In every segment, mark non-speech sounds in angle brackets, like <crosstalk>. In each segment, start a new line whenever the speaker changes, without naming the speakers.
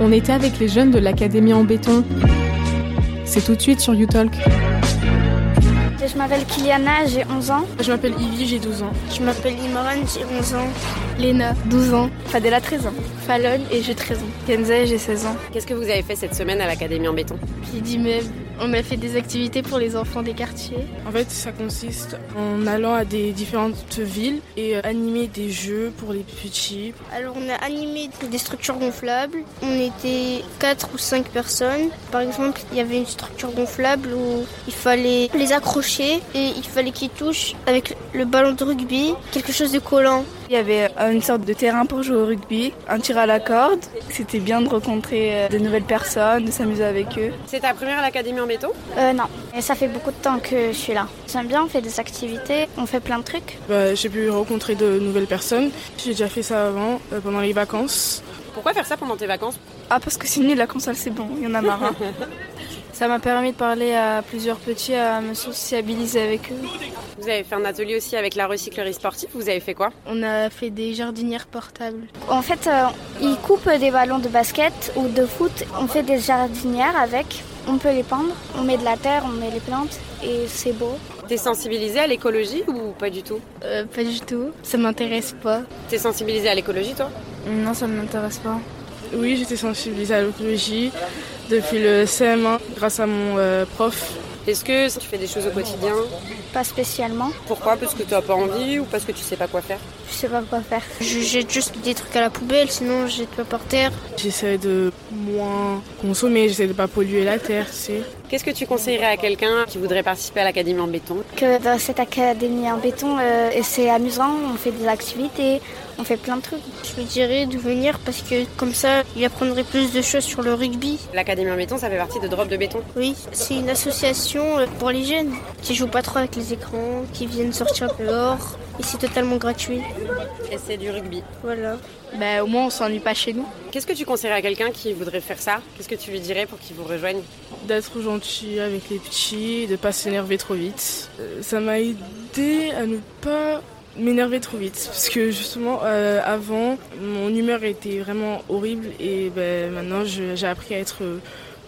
On était avec les jeunes de l'Académie en béton. C'est tout de suite sur YouTalk.
Je m'appelle Kiliana, j'ai 11 ans.
Je m'appelle Ivy, j'ai 12 ans.
Je m'appelle Imoran, j'ai 11 ans.
Léna, 12 ans.
Fadela, 13 ans.
Fallon, et j'ai 13 ans.
Kenza, j'ai 16 ans.
Qu'est-ce que vous avez fait cette semaine à l'Académie en béton
J'ai d'immeubles. On a fait des activités pour les enfants des quartiers.
En fait, ça consiste en allant à des différentes villes et euh, animer des jeux pour les petits.
Alors, on a animé des structures gonflables. On était 4 ou 5 personnes. Par exemple, il y avait une structure gonflable où il fallait les accrocher et il fallait qu'ils touchent avec le ballon de rugby quelque chose de collant.
Il y avait euh, une sorte de terrain pour jouer au rugby, un tir à la corde. C'était bien de rencontrer euh, de nouvelles personnes, de s'amuser avec eux.
C'est ta première à l'Académie en béton
Euh non, et ça fait beaucoup de temps que je suis là. J'aime bien, on fait des activités, on fait plein de trucs.
Bah, j'ai pu rencontrer de nouvelles personnes. J'ai déjà fait ça avant, euh, pendant les vacances.
Pourquoi faire ça pendant tes vacances
Ah parce que sinon la console c'est bon, il y en a marre. Hein.
<laughs> ça m'a permis de parler à plusieurs petits, à me sociabiliser avec eux.
Vous avez fait un atelier aussi avec la recyclerie sportive, vous avez fait quoi
On a fait des jardinières portables.
En fait, euh, ils coupent des ballons de basket ou de foot, on fait des jardinières avec, on peut les pendre, on met de la terre, on met les plantes et c'est beau.
T'es sensibilisée à l'écologie ou pas du tout
euh, Pas du tout, ça m'intéresse pas.
T'es sensibilisée à l'écologie toi
Non, ça ne m'intéresse pas.
Oui, j'étais sensibilisée à l'écologie depuis le CM1 grâce à mon euh, prof.
Est-ce que tu fais des choses au quotidien
Pas spécialement.
Pourquoi Parce que tu n'as pas envie ou parce que tu sais pas quoi faire
Je sais pas quoi faire.
Je jette juste des trucs à la poubelle, sinon je jette pas par terre.
J'essaie de moins consommer, j'essaie de pas polluer la terre, tu sais.
Qu'est-ce que tu conseillerais à quelqu'un qui voudrait participer à l'Académie en béton
Que dans cette Académie en béton, euh, c'est amusant, on fait des activités, on fait plein de trucs.
Je me dirais de venir parce que comme ça, il apprendrait plus de choses sur le rugby.
L'Académie en béton, ça fait partie de Drop de béton
Oui, c'est une association euh, pour les jeunes qui jouent pas trop avec les écrans, qui viennent sortir dehors. Et c'est totalement gratuit.
Et c'est du rugby.
Voilà.
Bah, au moins, on s'ennuie pas chez nous.
Qu'est-ce que tu conseillerais à quelqu'un qui voudrait faire ça Qu'est-ce que tu lui dirais pour qu'il vous rejoigne
D'être gentil avec les petits, de pas s'énerver trop vite. Euh, ça m'a aidé à ne pas m'énerver trop vite parce que justement euh, avant mon humeur était vraiment horrible et ben, maintenant j'ai appris à être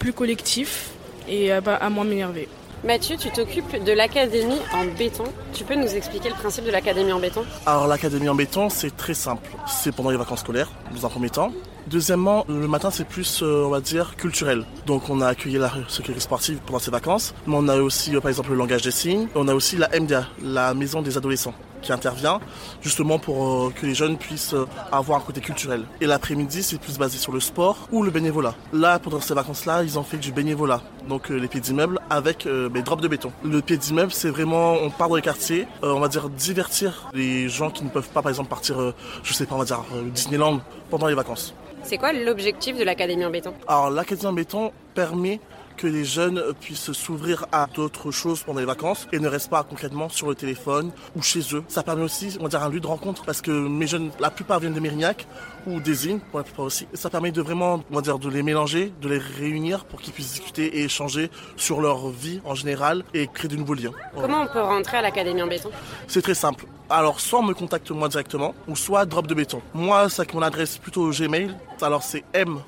plus collectif et à, à moins m'énerver.
Mathieu, tu t'occupes de l'académie en béton. Tu peux nous expliquer le principe de l'académie en béton
Alors l'académie en béton, c'est très simple. C'est pendant les vacances scolaires, dans un premier temps. Deuxièmement, le matin, c'est plus, euh, on va dire, culturel. Donc, on a accueilli la sécurité sportive pendant ses vacances, mais on a aussi, euh, par exemple, le langage des signes. On a aussi la MDA, la maison des adolescents, qui intervient justement pour euh, que les jeunes puissent avoir un côté culturel. Et l'après-midi, c'est plus basé sur le sport ou le bénévolat. Là, pendant ces vacances-là, ils ont fait du bénévolat, donc euh, les pieds d'immeuble avec euh, des drops de béton. Le pied d'immeuble, c'est vraiment, on part dans les quartiers, euh, on va dire divertir les gens qui ne peuvent pas, par exemple, partir, euh, je sais pas, on va dire euh, Disneyland pendant les vacances.
C'est quoi l'objectif de l'Académie en béton
Alors l'Académie en béton permet que les jeunes puissent s'ouvrir à d'autres choses pendant les vacances et ne restent pas concrètement sur le téléphone ou chez eux. Ça permet aussi, on va dire, un lieu de rencontre parce que mes jeunes, la plupart viennent de Mérignac ou des îles, pour la plupart aussi. Ça permet de vraiment, on va dire, de les mélanger, de les réunir pour qu'ils puissent discuter et échanger sur leur vie en général et créer de nouveaux liens.
Comment on peut rentrer à l'Académie en béton
C'est très simple. Alors, soit on me contacte moi directement, ou soit drop de béton. Moi, c'est mon adresse plutôt Gmail. Alors, c'est m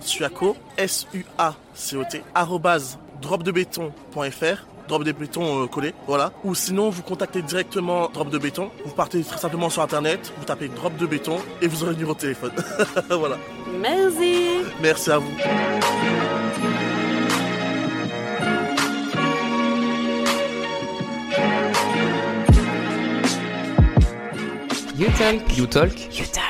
suaco s u a c o t arrobase dropdebéton.fr drop de béton euh, collé, voilà. Ou sinon, vous contactez directement drop de béton. Vous partez très simplement sur internet, vous tapez drop de béton et vous aurez le numéro de téléphone. <laughs> voilà.
Merci.
Merci à vous.
You talk. You talk.
You talk.